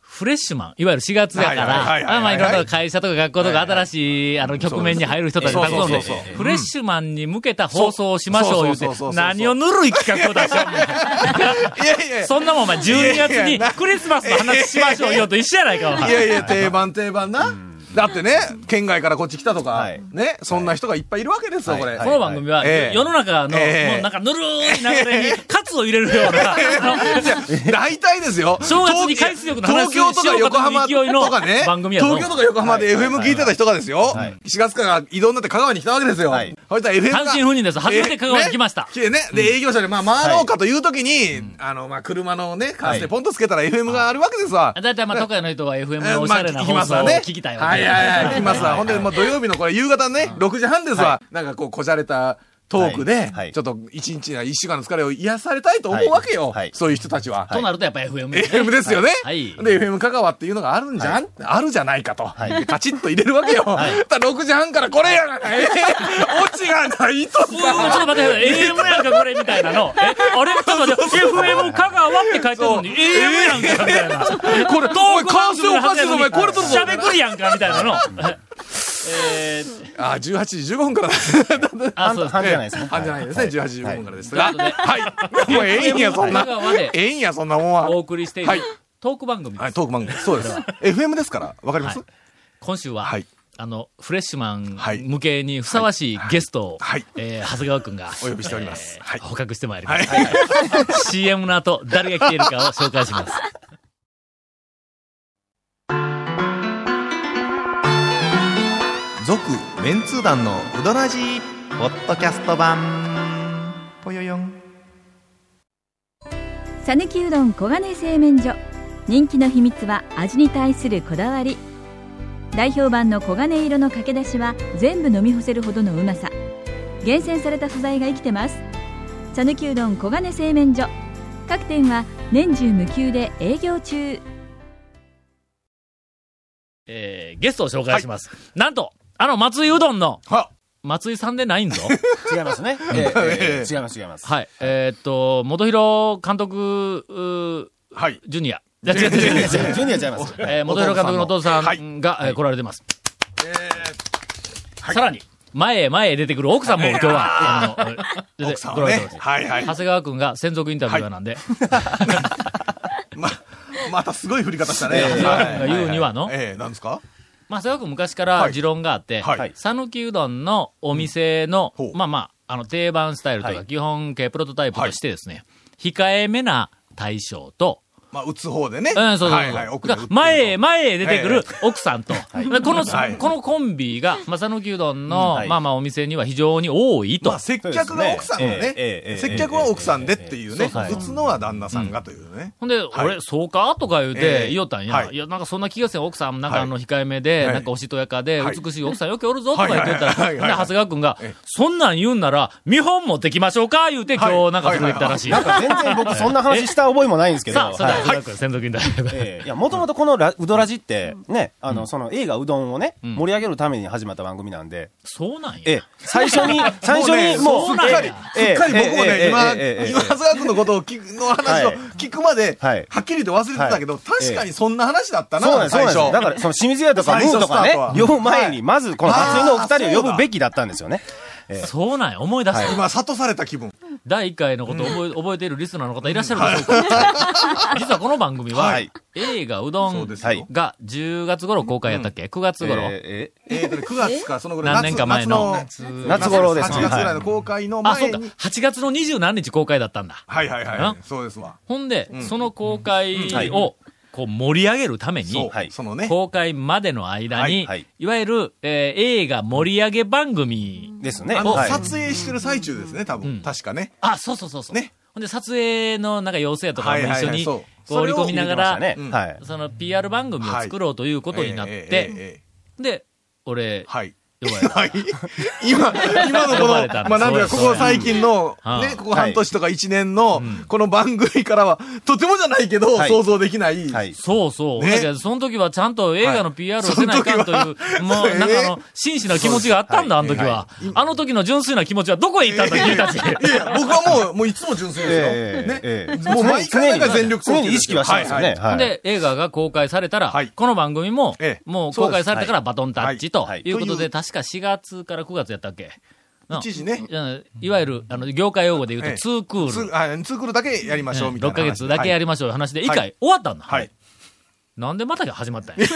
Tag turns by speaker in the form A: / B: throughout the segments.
A: フレッシュマン、いわゆる4月やから、
B: はいはいはいはいはい
A: まあまあいろんな会社とか学校とか新しい、あの局面に入る人たちが囲ん
B: そ
A: で、
B: うそうそうそう
A: フレッシュマンに向けた放送をしましょう言うて
B: そうそうそうそう、そう
A: 何をぬるい企画を出しよ
B: いやいやいや
A: う。そんなもんお前12月にクリスマスの話しましょうよと一緒やないか、お
B: い
A: 前。
B: やいや、定番定番な。だってね、県外からこっち来たとか、
C: はい
B: ね、そんな人がいっぱいいるわけですよ、
C: はい
B: これ。
C: は
A: この番組は、
B: ええ
A: 世の中の、
B: ええ
A: もうなんかぬるい流れにカツを入れるような、あの
B: じゃあ大体ですよ。
A: 正月に海水浴の話
B: 東京東京とか
A: しよう
B: 横
A: かという勢
B: 浜
A: いの
B: とかね。
A: 番組やと思う
B: 東京とか横浜で FM 聞いてた人がですよ。
C: はい
B: 4月から移動になって香川に来たわけですよ。
C: はい
B: そしたら FM が
A: 単身赴任です。初めて香川に来ました。
B: えーね来てね。で、営業者で、まあ、回ろうかという時に、あの、まあ、車のね、カースでポンとつけたら FM があるわけですわ。
A: だいたいまあ、都会の人は FM
B: え
A: の
B: ー
A: おしゃれな放送を聞きたいわ
B: は
A: け
B: い
A: で
B: はいはい、聞きますわ。ほんで、もう土曜日のこれ夕方ね、6時半ですわ。なんかこう、こじゃれたトーク
C: は
B: で
C: いはい、
B: ちょっと一日や一週間の疲れを癒されたいと思うわけよ
C: はいはい。
B: そういう人たちは。
A: となるとやっぱ FM ですね
B: FM ですよね。
A: はい
B: で、FM 香川っていうのがあるんじゃん、あるじゃないかと。
C: はい
B: カチッと入れるわけよ。だから6時半からこれやがな、えー、オチがな いと
A: うわちょっと待って、AM やんか、これ、みたいなの。え、あれちょっと待って、FM 香川って書いてるのに、AM やんか、みたいな。
B: これ、
A: トー
B: おい、
A: ク番
B: 完成
A: 組
B: お
A: の
B: か
A: は
B: し
A: ずや
B: いぞ、
A: の
B: お
A: に
B: 前、これ撮るぞ
A: し。 ゃべくりやんか、みたいなの。えー
B: あ、18時15 分からです。
A: あ、そうです。
C: 半じゃないですね。
B: あ、じゃないですね、18時15分からですが。
A: というこ
B: はい。もうええん や、そんな
A: 香。川まで
B: ええんや、そんなもんは。
A: お送りしている
B: はい
A: トーク番組
B: は
A: で
B: い、
A: す。
B: トーク番組。そうです。FM ですから、わかります
A: はい今週は
B: はい、
A: あの、フレッシュマン
B: はい
A: 向けにふさわしいゲストを
B: はい、
A: えー長谷川くんが、
B: お呼びしております
A: えー
B: はい
A: 捕獲してまいりま
B: はい
A: す。。CM の後、誰が来ているかを紹介します。
C: 続、メンツー団のウドラジポッドキャスト版。ぽよよん。
D: さぬきうどん黄金製麺所人気の秘密は味に対するこだわり代表版の黄金色のかけだしは全部飲み干せるほどのうまさ厳選された素材が生きてます「さぬきうどん黄金製麺所」各店は年中無休で営業中
A: えーゲストを紹介します。なんと、あの、松井うどんの、
B: は
A: 松井さんでないんぞ。
C: 違 いますね。ええええ違います、違います。
A: はい。えーっと、元広監督、うー
B: はい。
A: ジュニア。いや違う違う違う違う
C: ジュニアちゃ います。
A: えー元広監督のお父さんが、えー来られてます。さらに、前へ前へ出てくる奥さんも今日は、あの、出て
B: 奥さん
A: 来ら
B: は
A: れて
B: ね
A: ま。す。
B: はいはい。
A: 長谷川くんが専属インタビュアーなんで、
B: ま、またすごい振り方したね。
A: 長谷
B: は
A: 川
B: い
A: くんが言うにはの、
B: ええ、なんですか
A: まあ、すごく昔から持論があって
B: はいはい、
A: 讃岐、うどんのお店の、
B: うんほう
A: まあまあ、あの、定番スタイルと
C: は
A: か
C: い
A: 基本形プロトタイプとしてですね、控えめな対象と、
B: まあ、打つ方でね。
A: うん、そうそうそう。
B: はいはい、奥で打
A: だ
B: っ
A: か
B: て
A: ら
B: ると
A: 前へ前へ出てくる奥さんと、でこの、
B: はい
A: このコンビが、まあ、讃岐うどんの、
C: うんはい
A: まあまあお店には非常に多いと。
B: まあ、接客が奥さんが
C: そうですねえええ
B: ね
C: え。
B: 接客は奥さんでっていうね。
A: ええええええ
B: 打つのは旦那さんがというね。
A: ほんで、
B: はい
A: 俺、そうかとか言う
B: え
A: て
B: え
A: 言おったんや。
B: はい
A: いや、なんかそんな気がせん奥さん、なんかあの、
B: は
A: 控えめで、
B: はい
A: なんかおしとやかで、
B: はい
A: 美しい奥さんよくおるぞとか言ってたら、
B: はいはいはいはい
A: ほんで、長谷川くんが
B: ええ、
A: そんなん言うんなら、見本持ってきましょうか言うて、今
B: はい
A: 日なんかそこ行ったらしい。
C: なん か全然僕そんな話した覚えもないんですけど。
A: さあ、それでは
C: は
A: 長
C: い
A: 谷川くん、専属インタビュー。
C: ええいや、もともとこのラウドラジって、ね、あの、その映画うどんをね、
A: ん
C: 盛り上げるために始まった番組なんで、
A: そうなんや。
C: ええ最初 に、最初にもう、
B: すっかり、すっかり僕もね、今、今、長谷川君のことを聞く、の話を
C: はい
B: 聞くまで、は
C: はい
B: っきりと忘れてたけど、
C: はい
B: 確かにそんな話だった
C: そうなんで
B: な、
C: す、そう
B: 最
C: な
B: 初。
C: んです。だから、その清水屋とかムーとか
B: 最初ス
C: ね
B: タートは、
C: 呼ぶ前に、まずこの初音のお
B: あー
C: 二人を呼ぶべきだったんですよね。
A: そうなんや。思い出した。
B: 今、諭された気分。
A: 第1回のことを覚え,、覚えているリスナーの方いらっしゃるでしょうか、実はこの番組は、
C: はい
A: 映画うど
B: そうんです
C: は
B: よ
C: い。
A: が10月頃公開やったっけ、?9 月頃、
C: えーえ
B: えーとね9月か、そのぐらい
A: 何年か前の
B: 夏の
C: 夏頃ですね
B: 8月ぐらいの公開の
A: あ、そ
B: 前
A: うか。
B: に。
A: 8月の20何日公開だったんだ。
B: はいはいは
A: う
B: い。そうですわ。
A: ほんで、その公開
C: んはい
A: をこう盛り上げるために、
B: そう、
C: はい
B: そのね。
A: 公開までの間に、
C: はいいはい
A: わゆる、えー映画盛り上げ番組、
C: ーですね。
B: あの、
C: はい
B: 撮影してる最中ですね、多分。
A: うん
B: 確かね。
A: あ、そうそうそうそう。
B: ね
A: ほんで、撮影のなんか様子やとかも
B: はいはいはい
A: 一緒に、
B: そう
A: こう織り込みながら、
C: 入れて
B: うん
C: ましたね。はい。
A: その PR 番組を作ろうということになって、
B: えーえーえーえ
A: で、俺
B: ー、はい。
A: 呼ばれた。
B: 今、今のこ
A: 呼
B: の
A: ばれたん、だ
B: まあなんていうか、
A: そ
B: こ
A: うです
B: こ最近の
A: う、ん
B: ね、ここ
E: はい
B: 半年とか1年の、この番組からは、とてもじゃないけど、
E: はい
B: 想像できない。
E: はい。
A: そうそう。
B: ね
A: だけど、その時はちゃんと映画の PR をせないかんという、もう、
B: えー
A: なんかあの、真摯な気持ちがあったんだ、あ
E: そう
A: の
E: です
A: 時は。あの時の純粋な気持ちはどこへ行ったんだ、君たち。
B: いやいや、僕はもう、もういつも純粋ですよ。
E: え
B: ね。
E: えええ
B: もう毎回なんか全力投球
E: 常に意識はしてますよね。はい。
A: で、映画が公開されたら、
B: はい
A: この番組も、
B: ええ
A: もう公開されたからバトンタッチと
E: はいはい
A: いうこと
B: と
A: で、
B: いう
A: 確か4月から9月やったっけな
B: 一時ね。
A: うんいわゆる、あの、業界用語で言う
B: え
A: と、
B: え
A: ツークール。
B: ツーあツークールだけやりましょう、みたい
A: 6
B: な
A: ヶ
B: 話。
A: 月だけや
B: り
A: りましょういう話で、一
B: は
A: 回終わったんだ。
B: はい。
A: なんでまた始まったんや。
B: い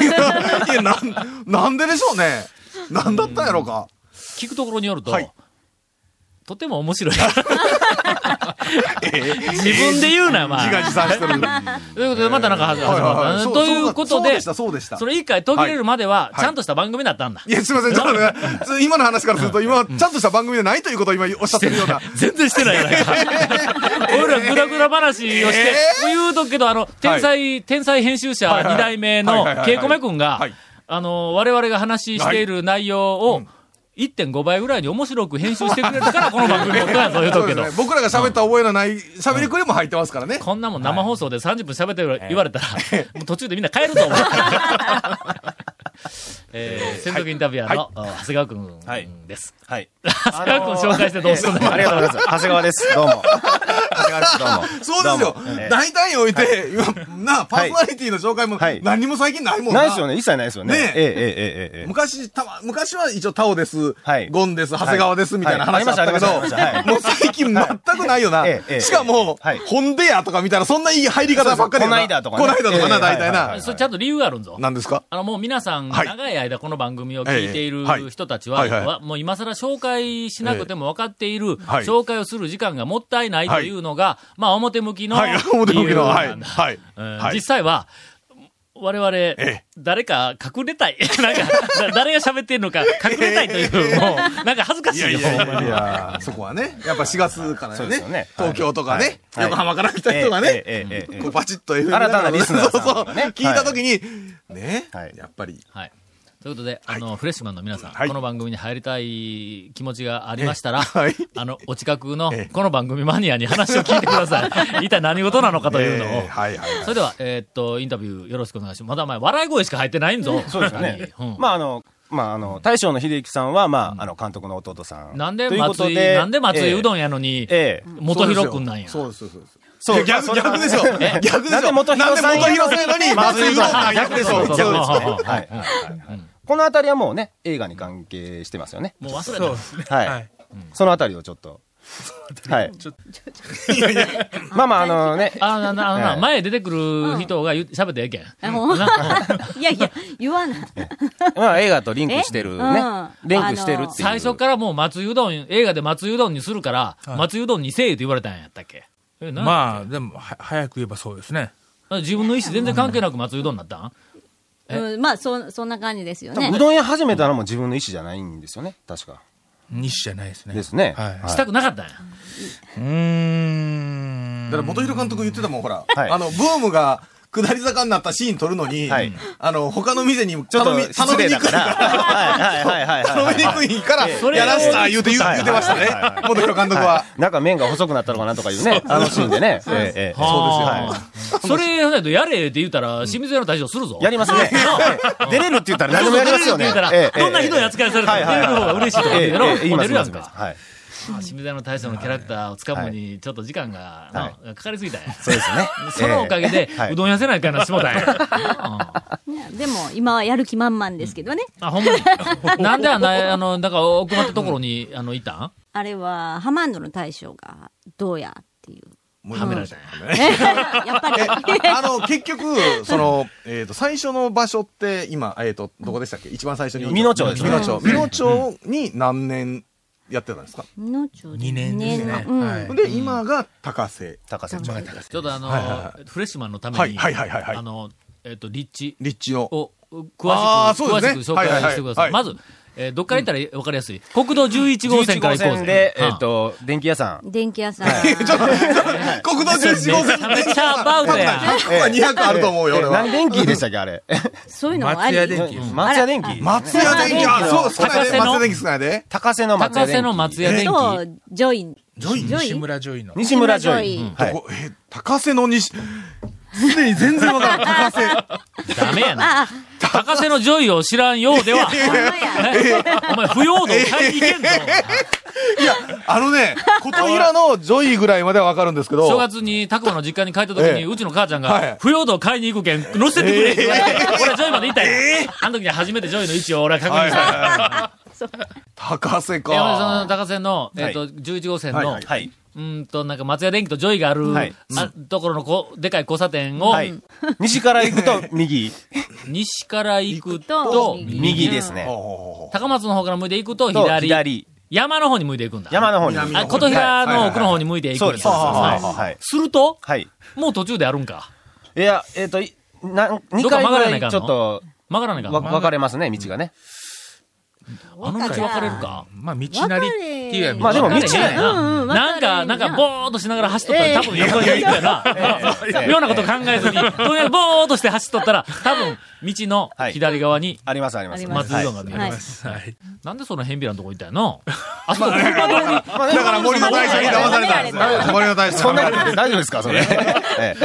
B: や、なん、なんででしょうね。なんだったんやろうか。
A: 聞くところによると、
B: はい
A: とても面 白い。自分で言うな、まあ。
B: 自画自賛して
A: という
B: る。
A: ことで、またなんか始ま
B: はいはいは
A: った。
B: いそう
A: ということ
B: そう
A: で、
B: でした、そうでした。
A: それ一回途切れるまでは、
B: い
A: ちゃんとした番組だったんだ。
B: いや、すみません、ちょっとね、つ今の話からすると、今はちゃんとした番組でないということを今おっしゃってるような。
A: 全然してないよね。 俺らグラグラ話をして、言うとくけど、あの、天才、天才編集者
B: はいは
A: 2
B: いはい
A: 代目
B: はい
A: の
B: はいはいはい
A: ケイコメ君が
B: はい、
A: あの、我々が話している内容を、1.5倍ぐらいに面白く編集してくれるか ら、この番組のことやぞ、言うと
B: そう
A: くけ
B: です
A: ど
B: ね。。僕らが喋った覚えのない、喋りくりも入ってますからね。
A: こんなもん生放送で30分喋ってる言われ たら、もう途中でみんな帰ると思う。えー、専属インタビュアーの、あ長谷川く
E: はい
A: んです。
E: はい。
A: 長谷川くん紹介してどうするんだ
E: ありがとうございます。長谷川です。どうも。長谷川です。どうも。
B: そうですよ
E: どもえ。え
B: 大体において、今、 な、パーソナリティの紹介も
E: はい
B: 何にも最近ないもん
E: ないですよ
B: ね。
E: ね。一切ないですよね。
B: ねえ
E: ええええええええ。
B: 昔、たま、昔は一応タオです、
E: はい
B: ゴンです、長谷川です、
E: はい
B: みたいな話だったけど、
E: はいありましたありましたありましたは
B: もう
E: い
B: 最近全くないよな
E: えええ。え
B: しかも
E: はい、
B: ホンデやとかみたいな、そんないい入り方ばっかりや
E: こないだとかね
B: こないだとかな、
E: ええ
B: 大体
E: はい
B: な。
A: それちゃんと理由があるんぞ。
B: 何ですか
A: あの、もう皆さん、
B: はい
A: 長い間この番組を聞いてい
B: え
A: る
B: えはい
A: 人たちは、
B: はいはい
A: わもう今更紹介しなくても分かっている、
B: はい
A: 紹介をする時間がもったいないというのが、まあ表向きの
B: はい、 表
A: 理
B: 向き
A: 由
B: の、は。
A: ないんだ。
B: はい。
A: うん
B: はい
A: 実際は、我々、
B: え
A: 誰か隠れたい。 なんか、だ誰が喋ってるのか隠れたいと いう、もう、なんか恥ずかしいよ。
B: いやそこはね、やっぱ4月から
E: そう
B: ね
E: ですよね
B: 東京とかね、
E: はい
B: 横浜から来た人がね、
E: ええええええええ
B: こうパチッと FM
E: 新たなリスナー
B: そう
E: さ
B: そ
E: ん
B: う
E: がね
B: 聞いたときに、ね、
E: はい
B: やっぱり、
A: はい。ということで、あの、フレッシュマンの皆さん、
B: はい
A: この番組に入りたい気持ちがありましたら、
B: はい
A: あの、お近くの
B: ええ、
A: この番組マニアに話を聞いてください。一体何事なのかというのを。
B: ええはいはい
A: それでは、えーっと、インタビューよろしくお願いします。まだお前、笑い声しか入ってないんぞ。
E: そうですよね
A: うん。
E: まああの、まああの、大将の秀樹さんは、まあ、あの、監督の弟さん。
A: なんで
E: ということ
A: 松井、なんで松井うど
E: ん
A: んやのに、
E: ええ。
A: 元広くんなんや。
B: そうです、そうです。
E: そ
B: いうや逆逆 ですよ
A: え。
B: 逆ですよ。
E: なんで元広さん
B: なんで元広さんやのに、松井うどんなんや
E: 逆ですよ。
A: そ
E: 逆
A: う
E: です
A: そう
E: よ
A: そう
E: ね。
A: そうそう
E: はい。このあたりはもうね、映画に関係してますよね。
A: もう忘れた。
E: は
B: はいい。
E: そのあたりをちょっと。はい。 まあまあ、あ のね、
A: あのな、あのな
E: はい
A: 前出てくる人が言う喋ってええけん。
D: あほん
A: な
D: いやいや、言わない。
E: まあ映画とリンクしてる
D: えうん
E: ね。リンクしてるっていう。
A: 最初からもう松井うどん、映画で松井うどんにするから、松井うどんにせえと言われたんやったっけ。えなん
F: まあ、でも、は早く言えばそうですね。
A: あ自分の意思全然関係なく松井うどんになったん
D: うん、まあ、そ、そんな感じですよね。
E: うどん屋始めたのも自分の意思じゃないんですよね、確か。
F: 西じゃないですね。
E: ですね。
F: はい。
E: は
A: したくなかったんや。
F: うーん。
B: だから元広監督言ってたもん、ほら、
E: はい
B: あの、ブームが、下り坂になったシーン撮るのに、
E: はい
B: あの、他の店に
E: ちょ
B: 頼
E: っと
B: み、
E: 失
B: 頼み
E: 礼
B: に
E: だ
B: くい
E: から。はいはいはいはい
B: 頼
E: はい
B: みに
E: はい。
B: くいから、
A: それを
B: やらした言うて言う
E: はい
B: 言うてましたね
E: はいはい。
B: 元広監督は。
E: なんか麺が細くなったのかなとかいうね、あのシーンでね。ええええ
A: は
E: は
A: あそれやらないとやれって言ったら、清水屋の大将するぞ。
E: いやりますね。ええ出れるって言った ら何でもやりますよね。
A: 出れるって
E: え
A: 言
E: え
A: うたら、どんなひどい扱いされても出れる方が嬉しいとか
E: え
A: 言
E: え
A: うやろ。
E: ええ言い
A: もう
E: ま
A: 出
E: す
A: るやんか
E: 言います。はい。
A: あ清水屋の大将のキャラクターをつかむに、ちょっと時間がなかかりすぎたんや。
E: そうですね。
A: そのおかげで
E: ええは、いう
A: どん屋せないかいなってしもたんや。うん
D: でも、今はやる気満々ですけどね。
A: あ、ほんまに。なんであんな、あの、なんか奥まったところに、あの、いたん
D: あれは、ハマンドの大将が、どうやっていう。
A: はめられたんや。
D: やっぱり。
B: えあの、結局、その、えっ、と、最初の場所って、今、えっ、と、どこでしたっけ一番最初に。
E: 美濃町ですね
B: 美濃町。美濃町に何年やってたんですか、
D: のちょうど
F: 二年ですね
D: 二のうん
F: はい
B: で、今が高瀬。
E: 高瀬ちゃん。
A: ちょっとあの、フレッシュマンのために、
B: はいはいはいはいはい
A: あの、えっ、と、立地
B: 立地の。
A: を詳しく、
B: あーそう
A: 詳
B: ですね
A: しく紹介してください。
B: はいはいはい
A: まず、えーどっから行ったら分かりやすい。国道11号線から行こう
E: 11
A: ぜ。
E: で、えっ、
A: うん
E: と、電気屋さん。
G: 電気屋さん。
B: 国道11号線
A: めちゃめちゃアバウトや。
B: 100は200あると思うよ、俺は。
E: 何電気でしたっけ、あれ。
G: そういうのもあ
H: 松
G: り。
H: 屋電気
E: 松屋電気
B: 松屋電気、あ、そう、少ない
A: 高瀬の
B: で、松屋電気少ないで。
E: 高瀬の松屋
A: 高
E: 電気。
A: 瀬の松屋電
G: と
A: 機。、
G: ジョイ。ジ
H: 西村ジョイの。
E: 西村ジョイ。
G: 西村ジョイ
E: はい
B: どこえ、高瀬の西、すでに全然わからん。高瀬。
A: ダメやな。高瀬のジョイを知らんようで は。
G: ほんまや
A: お前、不要度を買いに行けんぞ。
B: あのね、琴平のジョイぐらいまではわかるんですけど。
A: 正月に、たくまの実家に帰った時
B: え
A: に、
B: え
A: うちの母ちゃん
B: は
A: が
B: い、
A: 不要度を買いに行くけん、乗せてくれって言われて、俺はジョイまで行ったんや。あの時に初めてジョイの位置を俺は確認したんや。
B: 高瀬
A: いや俺そ
B: か
A: の。高瀬の、えっと、11号線
B: はい
A: の
B: はい、
C: はい。
A: うーんと、なんか松屋電機とジョイがある、
C: はい
A: あところのこうでかい交差点を、
C: はい。
E: 西から行くと右。
A: 西から行く
G: と
A: と、
G: 右
E: 右ですね。
B: ほうほうほうほ
A: 高松の方から向いていくと
E: と
A: 左、
E: 左。
A: 山の方に向いていくんだ。
E: 山の方に。
B: 南の
A: あ
B: 方
A: 琴平の奥の
E: はいはいはい
A: 方に向いていくん
E: そ
A: や
E: うです。はいはい。
A: すると、
E: はい。
A: もう途中であるんか。
E: いや、えっ、と、いなん、2
A: どっか曲
E: 回ぐ
A: がら
E: ら
A: ない
E: い
A: かん
E: ち
A: の
E: ょっと、
A: 曲がらないか
E: わ
A: ら。
E: 分かれますね、道がね。
A: あの道分かれるか。
H: まあ、道なりって言えば
E: まあでも道
A: 分かれへんよ
G: うんうん分かれ
A: な
G: へん
A: んか、なんか、ぼーっとしながら走っとったら、多分横に行くやな。
E: ええ
A: ようなこと考えずに、とりあえずぼーっとして走っとったら、多分、道の左側に、
E: あります、ありま
G: あり
E: す。
G: ます。
A: 松井うどんが見え
G: はい
H: はい。
A: なんでその辺鄙なとこ行ったんやな。あそこ、車通り。
E: まあ
B: うだから森の大将に騙されたんですよ。森の大将。
E: そんなこと大丈夫ですか、それ。ええ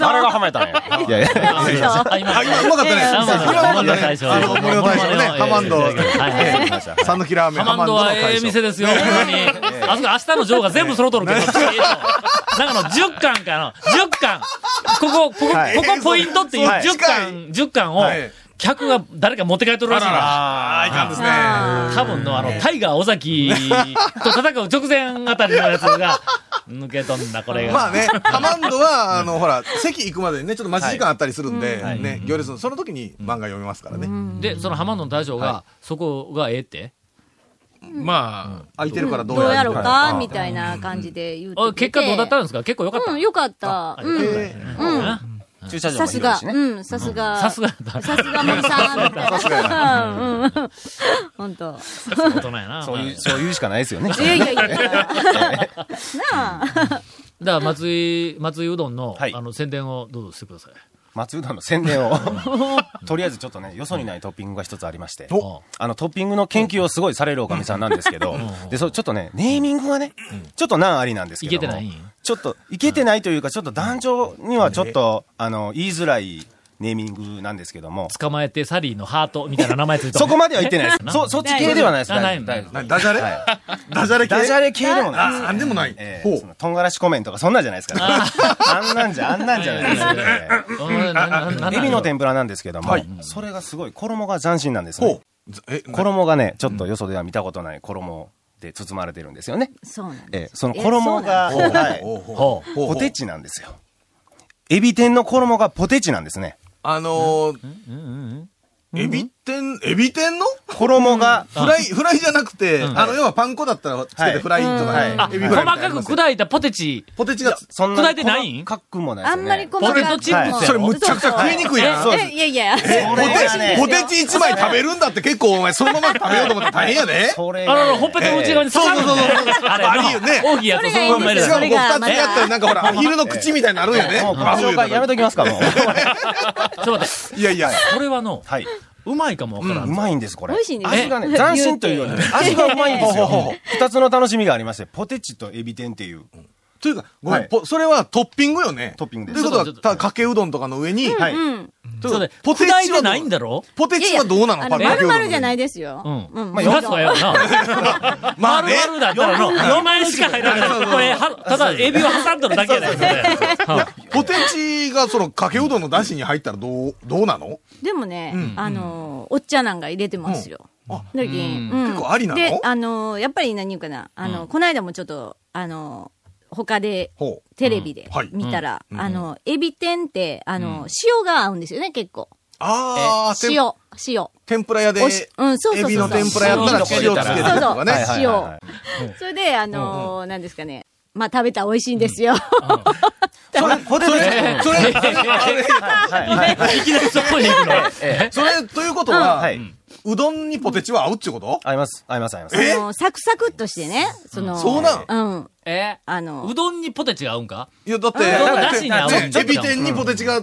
E: あれがはまれたんや。いやいや。
A: あ
B: あ、今うまかったね。
A: あまあ
B: 今うまかったね。
A: 森の大将
B: あの森の大将ね。
A: ええ
B: ハマンド。
A: はいはい
B: ええサンドキラーメン。
A: ハマンドはええ店ですよ、ほんまに。あそこ明日のジョーが全部揃っとるけど、なんかの10巻かの、10巻。ここ、ここ、
E: はい
A: ここポイントっていう
E: はい
A: 10巻、10巻を
B: はい、
A: 客が、誰か持って帰っとるらしいな。
B: ああ、いかんですね。
A: 多分の、あの、タイガー尾崎と戦う直前あたりのやつが、抜け飛んだ、これが。
B: まあね、ハマンドは、あの、ほら、席行くまでにね、ちょっと待ち時間あったりするんで、
A: い
B: ね、行列の、その時に漫画読みますからね。
A: で、そのハマンドの大将が、そこがええって
H: まあ、
B: 空いてるからど
G: ど
B: うや
G: うやろうかみ
B: た
G: たいな感じで言うて
A: あ
G: くれて。
A: 結果どうだったんですか結構よかった
G: うん、。よかった。うん。
A: うん
E: 駐車場も
G: さす
E: 広い
G: が
E: し、ね。
G: うん、さすが。
A: さすがだ。
G: さすが森さん、みたい
B: さすがや
G: な。うん、うん。本当。
A: 大人やな。
E: そういう、そういうしかないですよね。
G: いやいやいやいや。
A: だから松井、松井うどんの、
E: はい
A: あの、宣伝をどうぞしてください。
E: 松浦の宣伝 を。とりあえずちょっとね、よそにないトッピングが一つありまして。
A: お
E: あの、トッピングの研究をすごいされるおかみさんなんですけど、で、そう、ちょっとね、ネーミングがね、ちょっと難ありなんですけども。
A: いけてない
E: ちょっと、いけてないというか、ちょっと団長にはちょっと、あの、言いづらいネーミングなんですけども、
A: 捕まえてサリーのハートみたいな名前ついて
E: そこまでは言ってない です。そ、そっち系ではないです。
A: あない
E: 大丈夫大丈夫
B: いな。ダジャレ
E: は
B: ダジャレ
E: いダジャレ系でもないです。
B: あ、でもない
E: え。
B: ほ
E: え
B: う
E: そ。のとんがらしコメントがそんなんじゃないですから、あんなんじゃ、あんなんじゃ ないで すか。エビの天ぷらなんですけども、それがすごい、衣が斬新なんです
B: ほ
E: ね
B: う。。え、
E: 衣がね、ちょっとよそでは見たことない衣で包まれてるんですよね。
G: そうなん
E: え
G: で
E: え
G: す。
E: その衣が、
B: ほう
E: はい、
B: ほうほ
A: ほう。
B: うほうほ
E: ポ
B: う
E: テチなんですよ。エビ天の衣がポテチなんですね。
B: あのー、エビ天、エビ天の
E: 衣が、
B: フライ、フライじゃなくて、あの、要はパン粉だったらつけ
E: は
B: て
E: い
B: フライと
E: はい
A: あ、
B: か、エ
A: 細
B: ビフライみたいなのあり
A: かく
B: ますよ。
A: 砕いたポテチ。
B: ポテチが、
E: そんな
A: 砕いてない
E: 細かくもないです
G: あ
E: よ
G: ん
E: ね。
G: まり細か
A: ポ
G: く
A: テトチップスや
B: それむっちゃくちゃ食いにくいな。
G: そ
B: ポ
G: う
B: テ
G: え、いやいや。
E: これがね
B: チ、ポテチ1枚食べるんだって結構、お前、そのまま食べようと思ったら大変やで。
E: そ
A: あ
E: れがね
A: らら、ほっぺたの内側に刺さるんだよ
B: そうそうそうそう
A: あれ、
B: ありよね
A: 大きいやつ、そのまんま入れ
B: したか
G: そ
A: ら
B: も
G: れ
B: こう
G: が
B: 二つやったり、なんかほら、アヒルの口みたいになるんやね。
E: もう、ご紹介やめときます か、も
A: ち
E: う。
A: ょっと待って、
B: いやいや。
A: これはの、
E: はい。
A: うまいかもわから。
E: うんんまいんです、これ。
G: 美味しいんです
E: 味 がね、斬新というよりね、味がうまいんで すよ。二つの楽しみがありまして、ポテチとエビ天っていう。
B: というか、ごめ
E: は
B: ん、
E: い
B: ポそれはトッピングよね。
E: トッピングです
B: ということは
A: ちょっと、
B: ただかけうどんとかの上に、
E: はい。
B: という
A: そ
B: こと
A: う
B: で
A: で、ポテチはないんだろ
B: ポテチはどうなの
G: あ
B: パ
G: の、
B: ンか
G: 丸
B: けうどん
G: 々じゃないですよ。
A: うん。
G: うん
A: まあ、4つはやるな。
B: まあ
A: 丸
B: ね。
A: 々だったらの、4枚しか入らない。これ、はただ、エビを挟んどるだけやないですかね。はい
B: ポテチがそのかけうどんのだしに入ったらどう、どうなの
G: でもね、あの、おっちゃなんか入れてますよ。
B: あ、
G: だけんうん
B: 結構ありなの
G: で、あの、やっぱり何言うかな、あの、この間もちょっと、あの、他で、
B: ほう。
G: テレビで
B: うんはい
G: 見たら、あの、エビ天って、あの、塩が合うんですよね、結構。
B: あー、てん
G: 塩、塩。
B: 天ぷら屋で、
G: おしうんそうそうそうそう
B: エビの天ぷらやったら塩つけてとかね。
G: そうそう
E: はいはいはいはい
G: それで、あのー、なんですかね。まあ、食べたら美味しいんですよ。
E: それ、ポテチ。
B: え それ、
A: いきなりそこに行くの。
B: それ、ということは、
E: は
B: う
E: い。
B: うどんにポテチは合うっちゅうこと
E: 合います、合います、合います。
B: え
G: あのサクサクっとしてね、その、
B: そうなん
G: うん。
A: え
G: あの
A: うどんにポテチが合うんか
B: いや、だって、
A: うん
B: だっ
A: だしに合う
B: て
A: んだ
B: ねエビ天にポテチが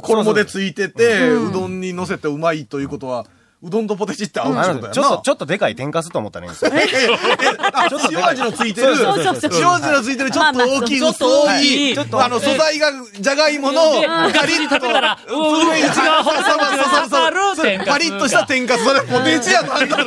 B: 衣でついてて、うどんに乗せてうまいということは、うどんとポテチって合うっ
E: な
B: て
E: の
B: ことやな。
E: で、ちょっと、ちょっとでかい天かすと思ったらいいんですよ。
B: えええあ塩味のついてる、
G: そうそうそうそう
B: 塩味のついてる、ちょっと大きい、
A: まあまあちょっと
B: 薄
A: はい
B: い、
A: ちょ
B: あ
A: っ
B: の、素材が、じゃがいもの
A: で、ガリッと食べたらうんうん違う方向に刺さる
B: そうそう
A: 天かすが
B: パリッとした天かす、それポテチやとあんなの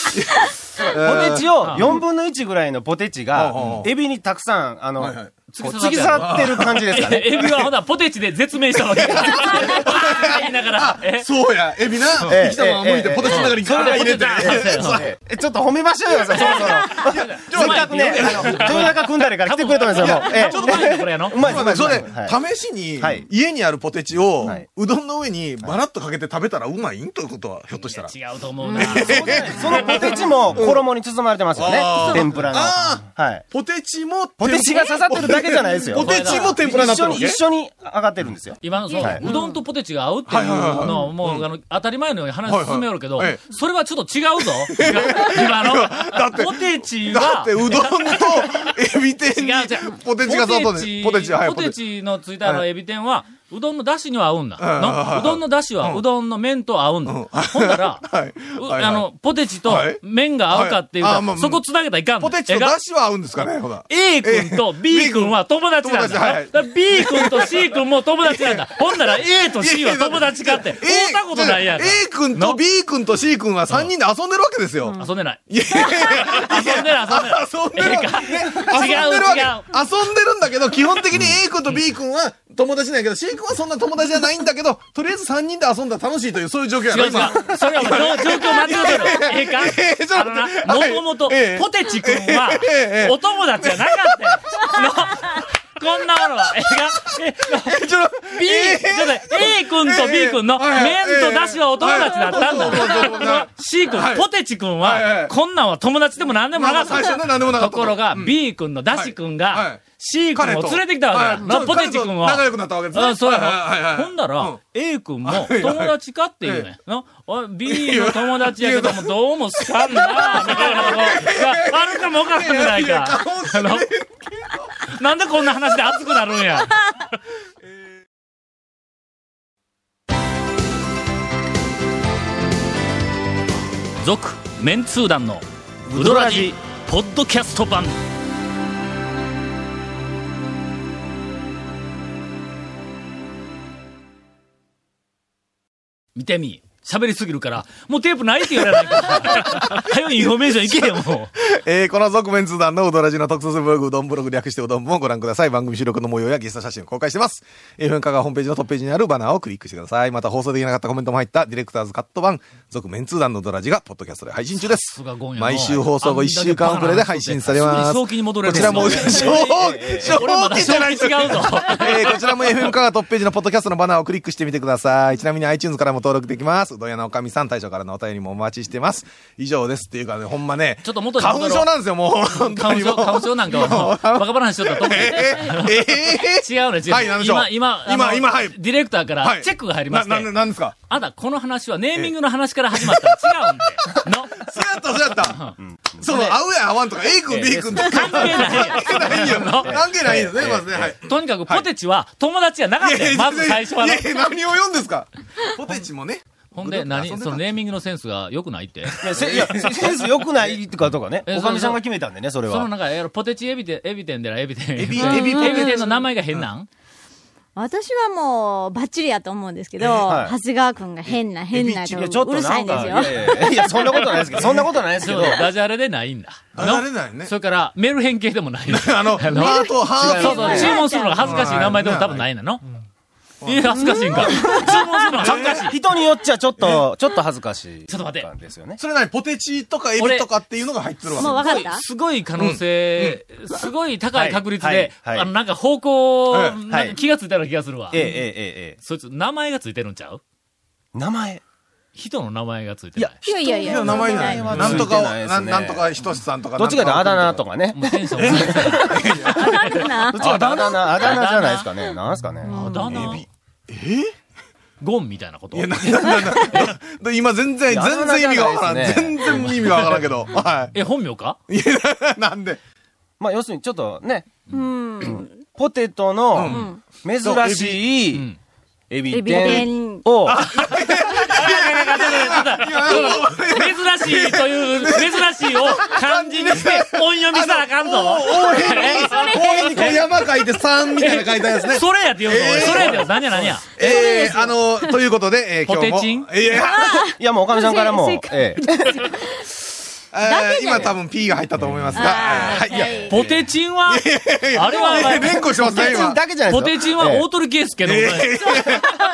E: ポテチを4分の1ぐらいのポテチが
B: うんうん、
E: エビにたくさん、あの、
B: はいはい
E: こう突き刺さってる感じですか ね。
A: エビはほな、ポテチで絶命したわ け。わー言いながら、え
B: そうや、エビな、
E: ええ
B: 生きたまま剥いて
E: ええ
B: ポテチの中にガーッ入れてね。
E: えちょっと褒めましょうよ、そろそろ。せっかくね、 あの、豊中くんだりから来てくれたんですよ、もう。ええ
A: ちょっと待って、これやの
E: う。まいです、うまいです
B: そう
E: まい
B: れ
E: ですはい、
B: 試しに
E: はい、
B: 家にあるポテチを
E: はい、
B: うどんの上にバラッとかけて食べたらうまいんということは、ひょっとしたら。
A: 違うと思うな。
E: そのポテチも衣に包まれてますよね
B: あー。
E: 天ぷらの。
B: あ
E: はい。
B: ポテチも、
E: ポテチが刺さってるだけじゃないですよ
B: ポ。テチも天ぷらになっ
E: 一
B: て
E: 緒
B: る
E: に、
B: わけ
E: 一緒に上がってるんですよ。
A: 今、そう、
E: はいう
A: どんとポテチが合うっていうのを、もう、あの、当たり前のように話進めよるけど
B: はいはいえ、
A: それはちょっと違う ぞ。今
B: だって
A: の。ポテチ
B: だ
A: は
B: って、、うどんとエビ天
A: 違う
B: に
A: 違う。
B: ポテチが刺さっ
A: ポテ
B: て
A: チ
B: る。ポテチ、はい、
A: ポテ。チのついたあの
B: は
A: エビ天は、うどんの出汁には合うんだ。
B: んはい
A: のうどんの出汁は、うどんの麺と合うんだ。ほんなら、
B: はいうはいはい
A: あの、ポテチと
B: はい
A: 麺が合うかっていうたら
B: はいあまあ
A: そこ繋げたらいかんの
B: ポテチと
A: えが
B: 出汁は合うんですかね、ほら。
A: A 君 と B 君は友達なんだ。
B: 友達はいはい
A: だから B 君と C 君も友達なん だ。ほんなら A と C は友達かって。会ったことないやんか。
B: A 君と B 君と C 君は3人で遊んでるわけですよ。
A: 遊んでない。
B: いやいやいや
A: 遊んでない
B: 遊んでるわけ。
A: ええ
B: ね
A: か
B: 遊んで
A: 違う
B: る
A: 違
B: わけ。遊んでるんだけど、基本的に A 君と B 君は友達なんやけど、C 君はそんな友達じゃないんだけど、とりあえず3人で遊んだら楽しいという、そういう状況や
A: 違う
B: ろ、
A: 違う
B: 今。。
A: それはもう状況待ってるけど、ええか
B: ええちょ
A: あ
B: っと
A: の
B: 待って
A: な、もともと、
B: はいええ
A: ポテチ君は
B: えええ、え
A: お友達じゃなかったよ。のこんなものは、ええかえの
B: えちょっと
A: B、ちょっと待って A 君と B 君の
B: ええはいはい
A: 麺と出汁はお友達だったん
B: はいそうそうそうそう
A: だ。C 君
B: は、い
A: ポテチ君
B: はいは
A: は、
B: い
A: こんなんは友達でも何でもなかっ
B: まあまあ最初はね何でもなか
A: た。と
B: ったと
A: ころが、B 君の出汁君
B: はいは
A: が
B: い、
A: C 君を連れてきたわけだ。のポテチ君を。
B: 仲良くなったわけですね。
A: あそうやろ、
B: はいはいはいはい
A: ほんだら、
B: うん
A: A 君も
B: い
A: 友達かっていうね。なあ B の友達やけども、どうも好かんな、みたいなとこがあるかもおかしくもない
B: いや
A: か。
B: 顔して
A: あのなんでこんな話で熱くなるんや。続、メンツー団の、ウドラジ、ポッドキャスト版。見てみ。喋りすぎるから、もうテープないって言われないから。 早いインフォメーションいけよ、もう。
B: えーこの続面通談のうどらじの特設ブログ、うどんブログ略してうどん部もご覧ください。番組収録の模様やゲスト写真を公開してます。えー、文化がホームページのトップページにあるバナーをクリックしてください。また放送できなかったコメントも入ったディレクターズカット版、続面通談のうどらじがポッドキャストで配信中で
A: さ
B: す
A: すがゴン。やな
B: 毎週放送後1週間遅れで配信されます。
A: すぐに早期に戻れる
B: こちらも、
A: え
B: 正
A: ー俺まだ
B: 気じゃないです
A: 正気違うぞ
B: えーこちらも FM カがトップページのポッドキャストのバナーをクリックしてみてください。ちなみに iTunes からも登録できます。うどん屋のおかみさん、大将からのお便りもお待ちしてます。以上です。っていうかね、ほんまね、
A: ちょっと元に戻ろ
B: 花
A: う
B: 粉症なんですよ、もう。本当
A: 花粉
B: にも
A: 症、
B: う
A: 花粉症なんかはもう、バカ話しとったと思う。
B: えー、えー、
A: 違うね、違うね。
B: はい何でしょう
A: 今、今、あの
B: 今今はい
A: ディレクターか
B: は
A: ら
B: い
A: チェックが入りまし
B: な、な、
A: て、
B: なんですか
A: あんた、この話はネーミングの話から始まったら違うん で。の
B: そうやった、そうやった。その、合うや合わんとか、A 君、B 君とか。
A: 関係ない。
B: 関係ないよ。
A: の
B: 関係ないよね、まずね。はい。
A: とにかくポテチは友達じゃなかったよ、まず最初はの
B: いやいや何を読んですかポテチも ね。
A: ほんで、何そのネーミングのセンスが良くないって。
E: いや、せいやセンス良くないとかとかね
A: え。
E: おかみさんが決めたんでね、それ
A: その
E: は。
A: なんか、やろポテチエビテン、エビテンでらエビテン。エ
B: ビ
A: エ
B: エ
A: ビ
B: ビ
A: テ
B: テン
A: ンの名前が変なん
G: 私はもう、バッチリやと思うんですけど、
E: はい
G: 長谷川くんが変な、変なと、
E: いや、ちょっ
G: う
E: と
G: るさ
E: ないん
G: んで
E: か、
G: す
E: い
G: よ
E: や。いやいや、そんなことないですけど、そんなことないですけ
A: そ
E: ど
A: う、。ダジャレでないんだ。
B: なれないね
A: そ。れから、メール変形でもない。
B: あの、ハート、ハー
A: そう
B: ト
A: そう、
B: ね。
A: 注文するのが恥ずかしい名前でも多分ないなの。いや、恥ずかしいんか。注文するのが恥ずかしい。
E: 人によっちゃちょっと、ちょっと恥ずかしい。
A: ちょっと待って
E: なんですよね。
B: それなにポテチとかエビとかっていうのが入ってるわけ
G: もう分かった
A: すごい可能性、すごい高い確率で、
E: はい
A: あ
E: はい
A: の、なんか方向、
B: はい
A: なんか気がついたような気がするわ。
E: えええええええ
A: そいつ、名前がついてるんちゃう
E: え名前。
A: 人の名前がついて
E: い
A: ない
E: や。、
G: いやいやい
B: いや、
G: や。
B: 名前ない。なんとか、
E: ついてないです
B: な
E: ね
B: なんとかひとしさんとか。
E: どっちかというとあだ名と
B: か。
E: かね。
A: もうテンション落ちてる。
G: なんかな
E: あだ名、あだ名じゃないですかね。なんですかね。
A: あだ名。ゴンみたいなこと
B: いや、な、な、な、 な今全然、
E: や
B: 全然意味がわからん。
E: あんなじゃない
B: 全然意味がわからんけど。は
A: え、本名か
B: い。いや、なんで。
E: まあ、要するにちょっとね、
G: うん。
E: ポテトの珍しいエビ天を、
A: 珍しいという、珍しいを漢字にして音読みしたらあかんぞ。
B: 大変に、大変にこう山書いて3みたいな書いたやつね。
A: それやって言うの、俺それやって言うの、何や何や。
B: えー、あの、ということで、えー、今日も。
A: ポテチン
B: いや、
E: いやもうおかみさんからも
G: せ、
E: ええ、
B: えー今多分 P が入ったと思いますが、
G: あー
B: はい、いや、
G: はい
A: ポテチンは、あれ
B: えー、
A: は、
B: 連呼してますね、今。
E: だけじゃないで
A: ポ
E: す
A: テチンは大鳥圭介の、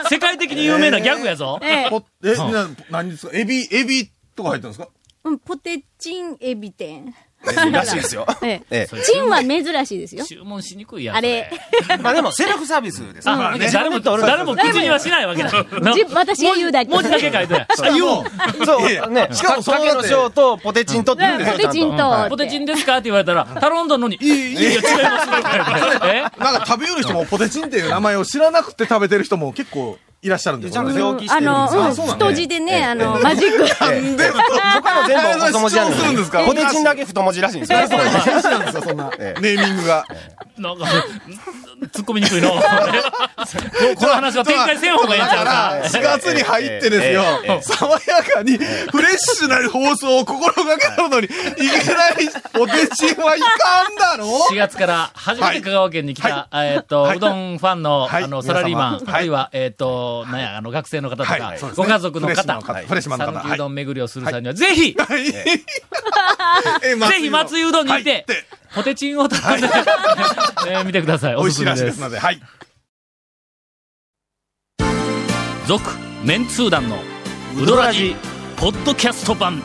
A: 世界的に有名なギャグやぞ。
G: ええ
B: ポえ、な、何ですかエビ、エビとか入ったんですか
G: うん、ポテチンエビ天。
E: ええらしいですよ。
G: ええ。
E: え
G: チンは珍しいですよ。
A: 注文しにくいやん。
G: あれ。
E: え、まあでもセルフサービスです。
A: あ、誰も、誰も口にはしないわけだ。
G: じ私が言うだけ。
A: 文字だけ書いてない。
B: あ、言おう。
E: そう、ね、しかも、かけの章とポテチンとって言うんですよ。
G: ポテチン
E: ちゃんと
G: と。
A: ポテチンですかって言われたら、頼んだのに、いい、いいよ、違い ますね。え
B: なんか食べよる人もポテチンっていう名前を知らなくて食べてる人も結構いらっしゃるんです
E: ちゃ
B: よ
E: んと
B: ね。
E: 表記し
G: あ
E: てるんです
G: の、
E: よ。
G: うん、
E: そうなん
G: 太字でね、あの、マジック。
B: なんで、
E: そこも全部細文字なん
B: 主張するんですか
E: ポテチンだけ太文字らしいんですよ。
B: なんですよ、そんな。ネ
E: え
B: ーミングが。
A: なんか、突っ込みにくい の。この話は展開せん方がいいんちゃうか。
B: 4月に入ってですよ、
E: ええええ
B: 爽やかにフレッシュな放送を心がけるのに、いけないポテチンはいかんだろ
A: 4月から初めて香川県に来た、えっと、うどんファンの、あの、サラリーマン、あるいは、えっと、なんや、あの、学生の方とか、ご家族の方、
B: フレッシュマンの方。
A: 讃岐うどん巡りをする際には、ぜ ひ、ぜ
B: はい。え
A: ひ松井うどんに行って、ポテチンを頼んで、 えー見てください。
B: 美
A: お
B: 味
A: すす
B: しい
A: め
B: らしい
A: で
B: ですす。ので、はい。
A: 続メンツー団のウドラジポッドキャスト版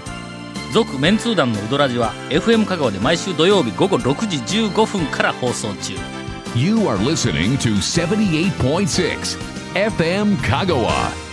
A: 続メンツー団のウドラジは FM 香川で毎週土曜日午後6時15分から放送中
I: You are listening to 78.6 FM Kagawa.